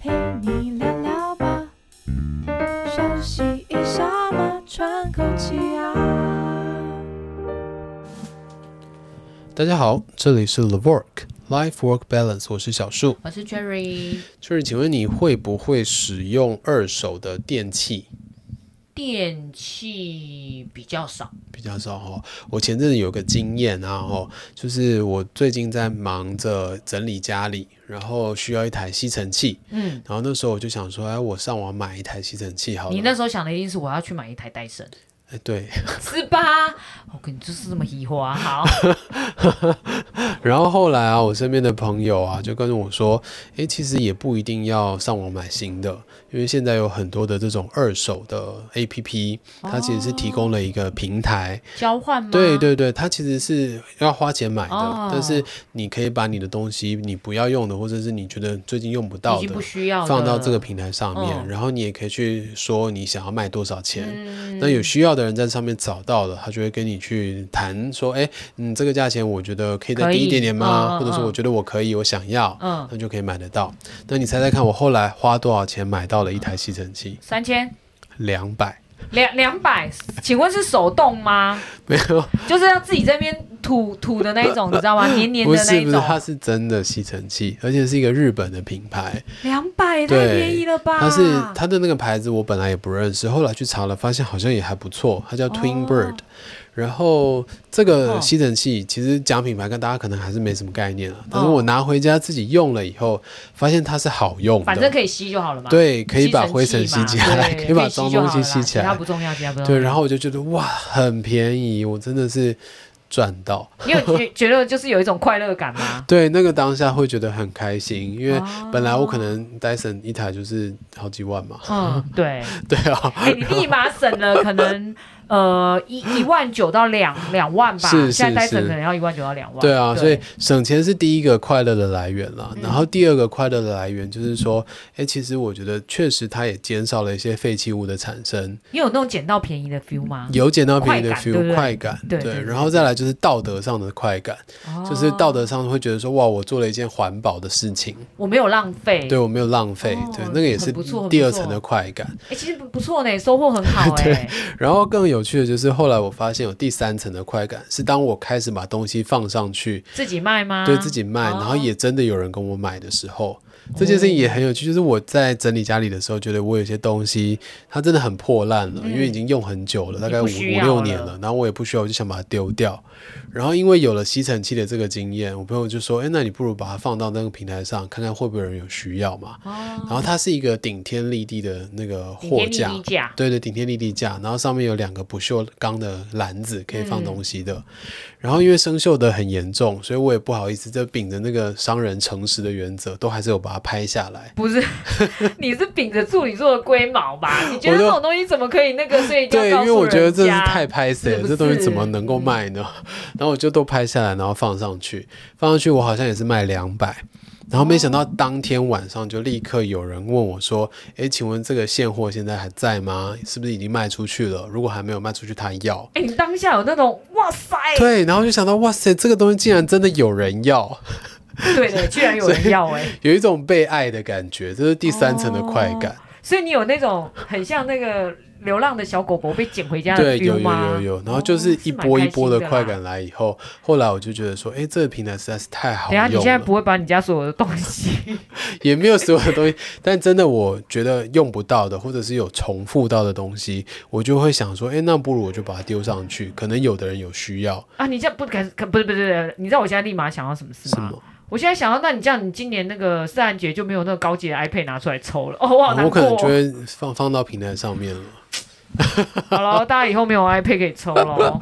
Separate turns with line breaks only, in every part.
陪你聊聊吧，休息一下嘛，喘口气啊。
大家好，这里是 The Work Life Work Balance，我是小树。
我 是 Cherry。
就是请问你会不会使用二手的电器？
电器比较少，
比较少哈、哦。我前阵子有个经验啊，哦，就是我最近在忙着整理家里，然后需要一台吸尘器，
嗯，
然后那时候我就想说，哎，我上网买一台吸尘器好了。
你那时候想的一定是我要去买一台 戴森，
哎对，
是吧？我跟你就是这么移 花，好，
然后后来啊，我身边的朋友啊就跟我说，诶，其实也不一定要上网买新的，因为现在有很多的这种二手的 APP，它
哦
其实是提供了一个平台，
交换吗？
对，对对，它其实是要花钱买的，
哦
但是你可以把你的东西你不要用的，或者是你觉得最近用不到
已经
的
不，需要的
放到这个，平台上面，
嗯
然后你也可以去说你想要卖多少钱。
嗯
那有需要的人在上面找到了，他就会跟你去谈说，哎，嗯，这个价钱我觉得可以再
可
低一
以
点点吗？
嗯嗯
或者说
嗯
我觉得我可以，我想要，
嗯，
那就可以买得到。那你猜猜看，我后来花多少钱买到了一台吸尘器？
三千
两百，
两两百，请问是手动吗？
没有，
就是要自己在那边 吐吐的那一种，你知道吗？黏黏
不
的那
是不
一
是，它
种，
是真的吸尘器，而且是一个日本的品牌。
两百也太
对
便宜了吧？
它是它的那个牌子，我本来也不认识，后来去查了，发现好像也还不错，它叫 Twin
哦
Bird。然后这个
哦
吸尘器其实讲品牌，跟大家可能还是没什么概念啊。但是
哦
我拿回家自己用了以后，发现它是好用的，
反正可以吸就好了嘛。，
对，可以把灰尘吸起来，
可
可以把脏东西吸起
其他
来
不。重要，其他不重要。
对，然后我就觉得哇，很便宜，我真的是赚到。
你有觉觉得就是有一种快乐感吗？
对，那个当下会觉得很开心，因为
哦
本来我可能 Dyson 一台就是好几万嘛。
嗯，对，
对啊，
哎、你立马省了可能呃一一万九到两两万吧，
是是
现在戴森
是
可能要一万九到两万。
对啊，所以省钱是第一个快乐的来源
嗯
啦。然后第二个快乐的来源就是说，哎、其实我觉得确实它也减少了一些废弃物的产生，
你有那种捡到便宜的 feel 吗？
有捡到便宜的
嗯快感对不
feel
对
快感，
对对对
然后再来就是道德上的快感，就是道德
哦，
上会觉得说，哇，我做了一件环保的事情，
我没有浪费。
对我没有浪费，
哦
对，那个也
很
是
不错很不
第二
错
层的快感。
哎、其实不不错呢，收获很好哎、
对然后更有趣的就是后来我发现有第三层的快感，是当我开始把东西放上去，
自己卖吗？哦
对自己卖，然后也真的有人跟我买的时候，这件事情也很有趣。就是我在整理家里的时候，觉得我有些东西它真的很破烂了，因为已经用很久了，大概五
嗯不
五
需要
六年
了
了，然后我也不需要，我就想把它丢掉。然后因为有了吸尘器的这个经验，我朋友就说：“哎，那你不如把它放到那个平台上，看看会不会有人有需要嘛。”
哦
然后它是一个顶天立地的那个
顶
货
天立
架，
地架，
对对，顶天立地架，然后上面有两个不锈钢的篮子可以放
嗯
东西的。然后因为生锈的很严重，所以我也不好意思，就秉着那个商人诚实的原则，都还是有把它拍下来。
不是， 你是秉着处女座的龟毛吧？你觉得
我就
这种东西怎么可以那个？所以一定
对，
要
因
告诉
为我觉得
人
这是
家
太拍死
是
了，
不
这东西怎么
是嗯
能够卖呢？ 然后我就都拍下来，然后放上去，放上去我好像也是卖两百。然后没想到
哦
当天晚上就立刻有人问我说：“诶，请问这个现货现在还在吗？是不是已经卖出去了？如果还没有卖出去，他要。”
哎、你当下有那种哇塞，
对，然后就想到，哇塞，这个东西竟然真的有人要，
对的，居然有人要哎、
有一种被爱的感觉，这是第三层的快感。
所以你有那种很像那个流浪的小狗狗被捡回家的
对，有有
feel 哦吗？
有有，然后就是
哦
一波一波的快。
是蛮开心啦
感来以后，后来我就觉得说，哎，这个平台实在是太好
等一下，你
用
现在
了，
不会把你家所有的东西
也没有所有的东西，但真的我觉得用不到的，或者是有重复到的东西，我就会想说，哎，那不如我就把它丢上去，可能有的人有需要，
啊？你这样不敢，可不是不是不是，你知道我现在立马想到什么事
什
吗？
么？
我现在想到，那你这样，你今年那个圣诞节就没有那个高级的 iPad 拿出来抽了哦，我好难
啊我
过
可
哦。
能就会放放到平台上面了。
好 了，大家以后没有 iPad 可以抽喽。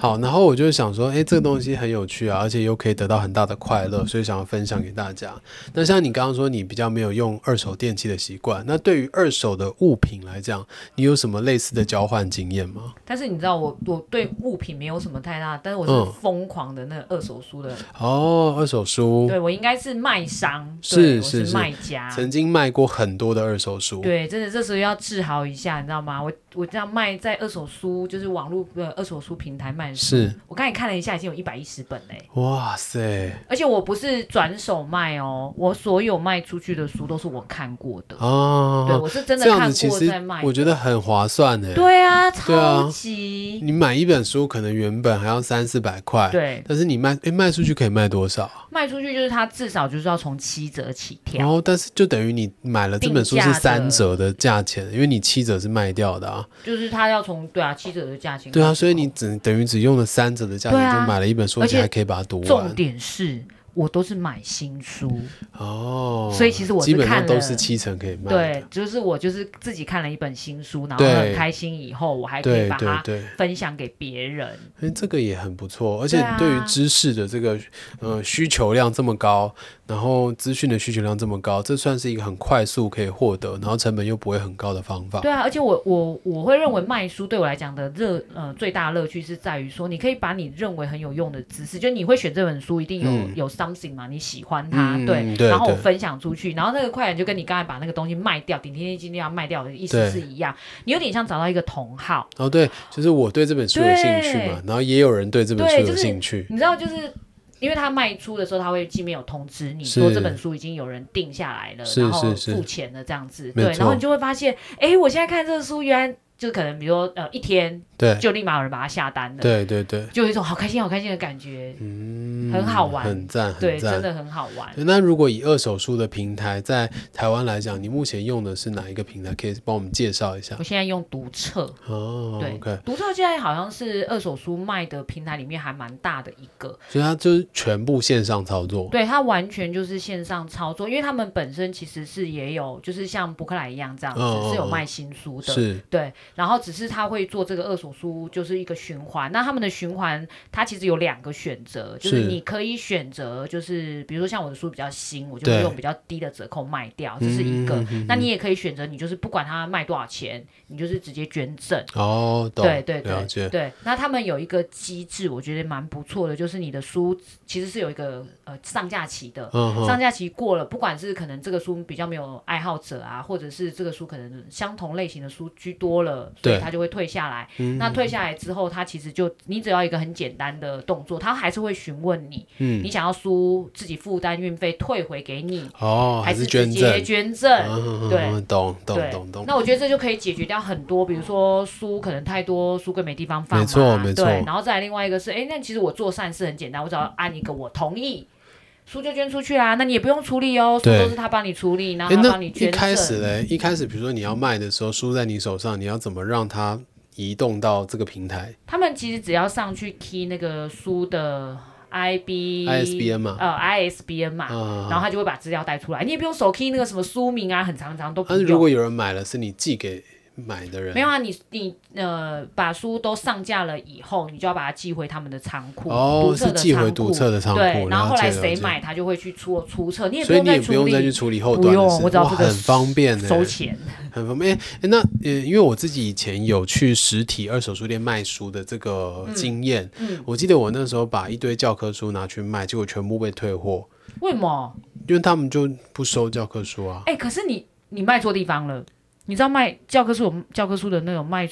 好，然后我就想说，哎，这个东西很有趣啊，而且又可以得到很大的快乐，所以想要分享给大家。那像你刚刚说，你比较没有用二手电器的习惯，那对于二手的物品来讲，你有什么类似的交换经验吗？
但是你知道我我对物品没有什么太大，但是我
嗯
是疯狂的那个二手书的，
哦，二手书，
对我啊应该是卖商，
是
对我
是
是
是
卖家，
曾经卖过很多的二手书，
对，真的这时候要自豪一下，你知道吗？我我这样卖在二手书，就是网络呃二手书平台卖的书，
是，
我刚才看了一下，已经有一百一十本嘞、
哇塞，
而且我不是转手卖哦，我所有卖出去的书都是我看过的，对
啊，
我是真的
这样
看
子其
过
实
再卖的。
我觉得很划算呢。
对啊，
对啊
超级
你买一本书可能原本还要三四百块，
对，
但是你卖，诶，卖出去可以卖多少啊？
卖出去就是它至少就是要从七折起
然
跳，
后，但是就等于你买了这本书是
定价的
三折的价钱，因为你七折是卖掉的啊。
就是它要从对啊七折的价钱。
对啊，所以你只等于只用了三折的价钱
对啊
就买了一本书，
而
而且
且
还可以把它读
重
完。
点是我都是买新书，
哦，
所以其实我是
基本上
看了
都是七成可以卖
对
的。，
就是我就是自己看了一本新书，然后
对
很开心，以后我还可以
对
把
对
它
对，
分享给别人。
哎，这个也很不错，而且
对啊
对于知识的这个呃需求量这么高，然后资讯的需求量这么高，这算是一个很快速可以获得，然后成本又不会很高的方法。
对啊，而且我我我会认为卖书对我来讲的乐呃最大乐趣是在于说，你可以把你认为很有用的知识，就你会选这本书，一定有、
嗯
有 something 嘛，你喜欢它，
嗯
对，
对
然后我
对
分享出去，然后那个快感就跟你刚才把那个东西卖掉，顶天今天要卖掉的意
对
思是一样，你有点像找到一个同好，
然后哦对，就是我对这本书有兴趣嘛，然后也有人对这本
对
书有
就是
兴趣，
你知道就是。因为他卖出的时候，他会既没有通知你
是
说这本书已经有人定下来了，
是
然后
是是
付钱了这样子，
没
对，然后
错
你就会发现，哎，我现在看这个书，原来就可能比如说呃一天
对
就立马有人把它下单了，
对对对，
就有一种好开心、好开心的感觉，
嗯，
很好玩
很赞，
对，
很
真
赞。
的很好玩。
对那如果以二手书的平台在台湾来讲，你目前用的是哪一个平台？可以帮我们介绍一下
我。现在用读册，
哦
对
，OK，
读册现在好像是二手书卖的平台里面还蛮大的一个，
所以它就是全部线上操作。
对，它完全就是线上操作，因为他们本身其实是也有，就是像博客来一样这样子，
嗯嗯嗯
是有卖新书的。
是，
对，然后只是他会做这个二手书，就是一个循环。那他们的循环，它其实有两个选择，就是
是
你可以选择，就是比如说像我的书比较新，我就
对
会用比较低的折扣卖掉，这是一个。
嗯
那你也可以选择，你就是不管它卖多少钱，你就是直接捐赠。
哦，懂，
对对
了
对
解。
对，那他们有一个机制，我觉得蛮不错的，就是你的书其实是有一个呃上架期的。
嗯
上
哼，
架期过了，不管是可能这个书比较没有爱好者啊，或者是这个书可能相同类型的书居多了，所以
对
它就会退下来。
嗯
那退下来之后，它其实就你只要一个很简单的动作，它还是会询问你，
嗯
你，想要书自己负担运费退回给你，
哦，
还
是
直
捐
接
赠，
捐赠？
嗯
对，
嗯懂懂
对
懂懂。
那我觉得这就可以解决掉很多，比如说书可能太多，书柜没地方放嘛，
没错没错
对，然后再来另外一个是，哎，那其实我做善事很简单，我只要按一个我同意，书就捐出去啊啦，那你也不用处理哦，书
对
都是他帮你处理，然后
诶
他
那
帮你
一
捐
开始
赠。
嘞，一开始比如说你要卖的时候，书在你手上，你要怎么让它移动到这个平台
他们其实只要上去 key 那个书的 IB
？ISBN 嘛，
呃 ISBN 嘛，
啊
然后他就会把资料带出来，你也不用手 key 那个什么书名啊，很长长都不
但是
用。
如果有人买了，是你寄给买的人，
没有啊，你你呃把书都上架了以后，你就要把它寄回他们的仓库，
哦
读，册
是
的
寄回
仓
读
库。
册的仓库，
对，然后后来
了解
谁，买，他就会去出出册，
了
你也
解所以
不用
你也
再
不
处
用再去
理，
处理后
不
端的
用
事，
我知道
哇
这个
很方便呢，
收钱。
很方便。诶诶那呃，因为我自己以前有去实体二手书店卖书的这个经验，
嗯，
我记得我那时候把一堆教科书拿去卖，结果全部被退货，
为什么？
因为他们就不收教科书啊。
哎，可是你你卖错地方了，你知道卖教科书有教科书的那种卖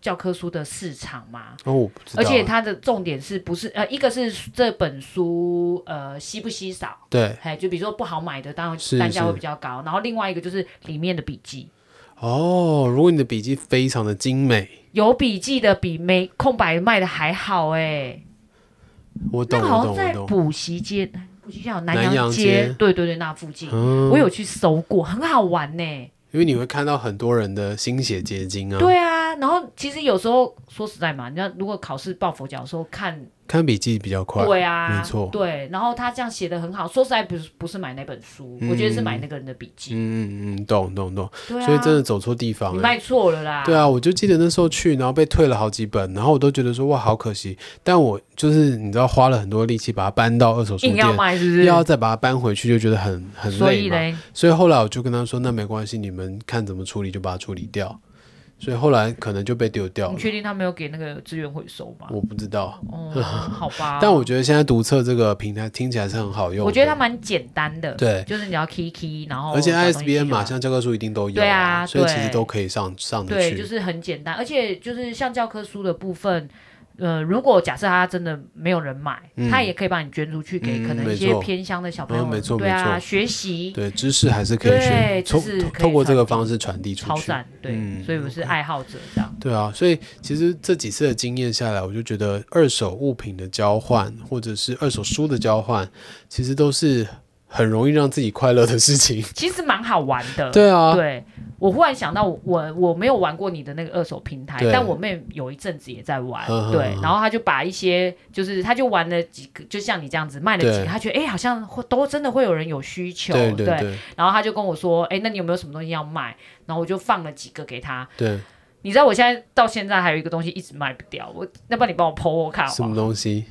教科书的市场吗？
哦，我不知道
而
啊。
且它的重点是不是呃，一个是这本书呃稀不稀少，
对
哎，就比如说不好买的，当然
是
单价
是
会比较高。然后另外一个就是里面的笔记，
哦，如果你的笔记非常的精美，
有笔记的比没空白卖的还好哎、
我懂
那个
我
好
懂
像
我
在
懂。
补习街，呃补习街有南
南
洋
洋
街，
街
对对对，那附近、
嗯，
我有去搜过，很好玩呢、
因为你会看到很多人的心血结晶啊。，
对啊，然后其实有时候说实在嘛，你要如果考试抱佛脚的时候看，
看笔记比较快。
对啊，
没错
对，然后他这样写的很好，说实在不是不是买那本书，
嗯
我觉得是买那个人的笔记，
嗯嗯嗯，懂懂懂。
对啊，
所以真的走错地方
你
了、
卖错了啦，
对啊，我就记得那时候去，然后被退了好几本，然后我都觉得说哇，好可惜。但我就是你知道，花了很多力气把它搬到二手书
硬
店，
要嗯卖是不
又
是？
要再把它搬回去，就觉得很很累嘛。
所以嘞，
所以后来我就跟他说，那没关系，你们看怎么处理就把它处理掉。所以后来可能就被丢掉
你
了。
确定他没有给那个资源回收吗？
我不知道，
哦， 好吧。
但我觉得现在读册这个平台听起来是很好用的。
我觉得它蛮简单的，
对
就是你要 key key，然后
而且
找东西啊
ISBN
就
嘛，
好
像教科书一定都有、
对啊
所以其实
对
都可以上上得
对，
去。
就是很简单，而且就是像教科书的部分。呃，如果假设他真的没有人买，
嗯
他也可以把你捐出去给
嗯
可能一
没
些
错
偏乡的小朋友，
嗯没错
对啊，
没错
学习
对知识还是可以去
对
透
知识可以
透过这个
传递
方式传递出
超
去。
赞，对，
嗯
所以我是
OK
爱好者 这样，
对啊，所以其实这几次的经验下来，我就觉得二手物品的交换，或者是二手书的交换，其实都是很容易让自己快乐的事情。
其实蛮好玩的，
对啊，
对我忽然想到我，我我没有玩过你的那个二手平台
对，
但我妹有一阵子也在玩，
嗯
对
嗯，嗯
然后她就把一些，就是她就玩了几个，就像你这样子卖了几
对
个，她觉得哎、诶好像会都真的会有人有需求，
对对对
然后她就跟我说，哎、那你有没有什么东西要卖？然后我就放了几个给她。
对，
你知道我现在到现在还有一个东西一直卖不掉，我要不然你帮我 PO 我看好啊不
什
好
么？东西？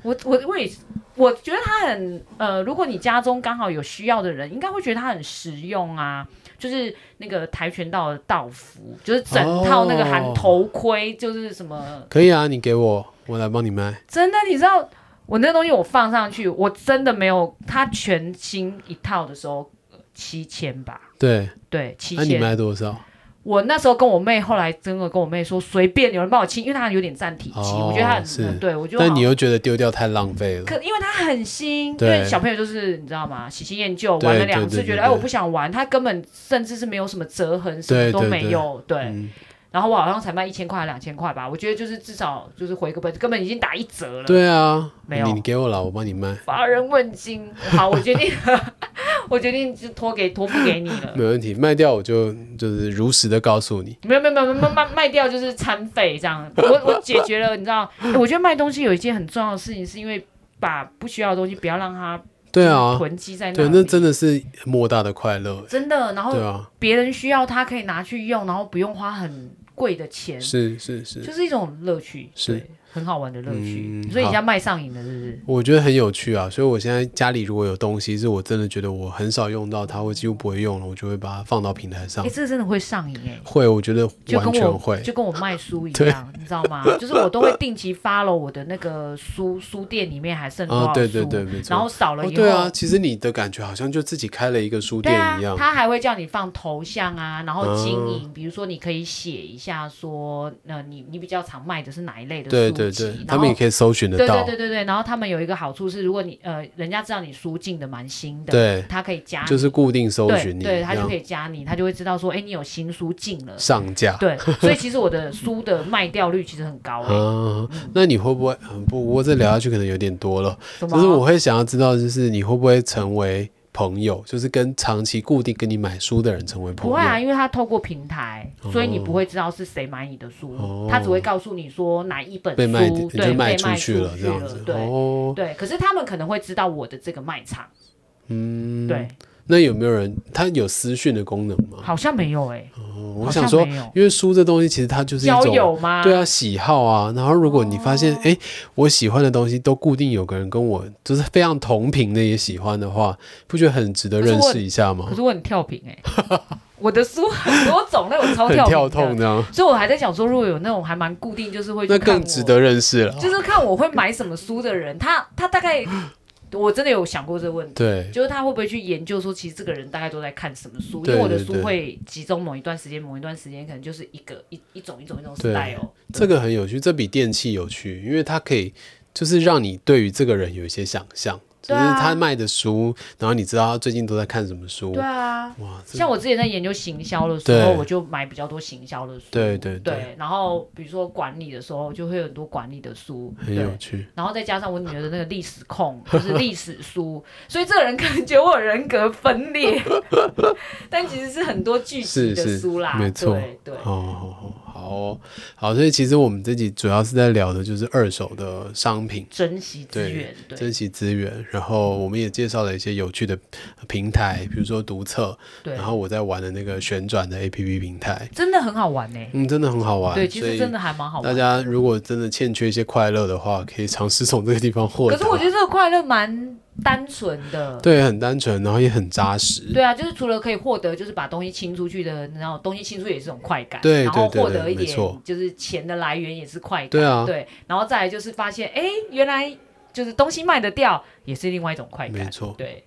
我我我也我觉得它很呃，如果你家中刚好有需要的人，应该会觉得它很实用啊。就是那个跆拳道的道服，就是整套那个含头盔，就是什么
可以啊，你给我，我来帮你卖。
真的，你知道我那东西我放上去，我真的没有它全新一套的时候七千吧，
对，
对，七
那、你
千。
卖多少？
我那时候跟我妹，后来真的跟我妹说，随便有人帮我清，因为它有点占体积，
哦
我觉得它
是
很对我就好
但你又觉得丢掉太浪费了。
可因为他很新，因
对
为小朋友就是你知道吗？喜新厌旧，
对
玩了两
对
次
对
觉得
对
哎我不想玩，他根本甚至是没有什么折痕，什
对
么都
对
没
对
有，对。
嗯，
然后我好像才卖一千块、两千块吧，我觉得就是至少就是回个本，根本已经打一折了。
对啊，
没有
你给我了，我帮你卖，
乏人问津。 好，我决定，我决定就托给托付给你了。
没问题，卖掉我就就是如实的告诉你。
没有没有没有没有卖卖掉就是餐费这样，我我解决了，你知道、 哎我觉得卖东西有一件很重要的事情，是因为把不需要的东西不要让它
对啊，
囤积在那
对，
里。
那真的是莫大的快乐。
真的，然后
对啊，
别人需要它可以拿去用，然后不用花很贵的钱，
是是是，
就是一种乐趣，
是
对很好玩的乐趣。
嗯
所以
好
你家卖上瘾了，是不是？
我觉得很有趣啊，所以我现在家里如果有东西是我真的觉得我很少用到它，或几乎不会用了，我就会把它放到平台上
哎、。这个真的会上瘾哎、
会，我觉得
就
完
跟
全
我
会。
就跟我卖书一样，你知道吗？就是我都会定期发了我的那个书书店里面还剩多少书，
啊，对对对，没错。
然后少了
哦，
以后，
对啊，其实你的感觉好像就自己开了一个书
对
店
啊
一样，。
他还会叫你放头像啊，然后经
嗯
营，比如说你可以写一下说，呃，你你比较常卖的是哪一类的
对
书
对
籍
对，他们
然后
也可以搜寻得
对对
到。
对对对，然后他们有一个好处是，如果你呃，人家知道你书进的蛮新的，，
对，
他可以加你，
就是固定搜
对
寻你，
对，他就可
以
以加你，他就会知道说，哎，你有新书进了，
上架。
对，所以其实我的书的卖掉率其实很高、欸，
啊，那你会不会？嗯不，不过这聊下去可能有点多了。
什
就是我
么？
会想要知道，就是你会不会成为朋友，就是跟长期固定跟你买书的人成为朋
不
友？
会啊，因为他透过平台，所以你不会知道是谁买你的书，他只会告诉你说哪一本书
哦被卖掉你
对
就
被
卖
卖
出去了，这样子
对、
哦。
对。可是他们可能会知道我的这个卖场，
嗯，
对，。
那有没有人他有私讯的功能吗？
好像没有哎、
哦
好
我
像
想说
没有，
因为书这东西其实它就是一
交
种
友哦吗？
对啊喜好啊。然后如果你发现哎、诶我喜欢的东西都固定有个人跟我就是非常同频的也喜欢的话，不觉得很值得
可是
认
我
识一下
可
吗？
是我很跳频哎、 我的书很多种类，我超嗯
很
跳
跳
频的
痛这样，
所以我还在想说，如果有那种还蛮固定，就是会去
那
看
更
我
值，得认识了。
就是看我会买什么书的人，他他大概我真的有想过这个问题。
对，
就是他会不会去研究说，其实这个人大概都在看什么书？
对
因为我的
对
书
对
会集中某一段时间，某一段时间可能就是一个一一种一种一种
对
style。
这个很有趣，这比电器有趣，因为它可以就是让你对于这个人有一些想象，就
对
是
啊
他卖的书，然后你知道他最近都在看什么书。
对啊，
哇，这
像我之前在研究行销的时
对
候，我就买比较多行销的书。
对对对
对，然后比如说管理的时候，就会有很多管理的书。
很
对
有，趣。
然后再加上我女儿的那个历史控， 就是历史书，所以这个人感觉我有人格分裂， 但其实是很多剧集的
是是
书啦，
没错
对对
哦，好好哦好，所以其实我们这集主要是在聊的就是二手的商品。
珍惜资源，对
珍惜资源，然后我们也介绍了一些有趣的平台，比如说读册，
对
然，后我在玩的那个旋转的 APP 平台，
真的很好玩呢、
嗯，真的很好玩。
对，其
所
实
以
真的还蛮好
大
玩。嗯
家如果真的欠缺一些快乐的话，可以尝试从这个地方获得。
可是我觉得这个快乐蛮单纯的。
对，很单纯，然后也很扎实。
对啊，就是除了可以获得就是把东西清出去的，然后东西清出也是一种快感，
对
然后
对对
获得
对
一
没
点
错
就是钱的来源也是快感，
对啊
对，然后再来就是发现，哎，原来就是东西卖得掉，也是另外一种快感，
没错
对，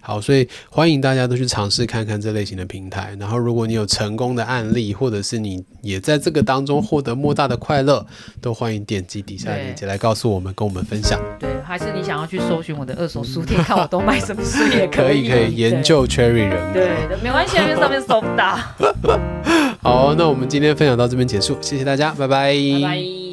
好，所以欢迎大家都去尝试看看这类型的平台。然后，如果你有成功的案例，或者是你也在这个当中获得莫大的快乐，都欢迎点击底下的链接来告诉我们，跟我们分享。
对，还是你想要去搜寻我的二手书店，看我都卖什么书也
可
以，
以，可以研。究 Cherry 人格。
对，没关系，啊，因为上 面搜不到。
好，那我们今天分享到这边结束，谢谢大家，拜拜
拜拜。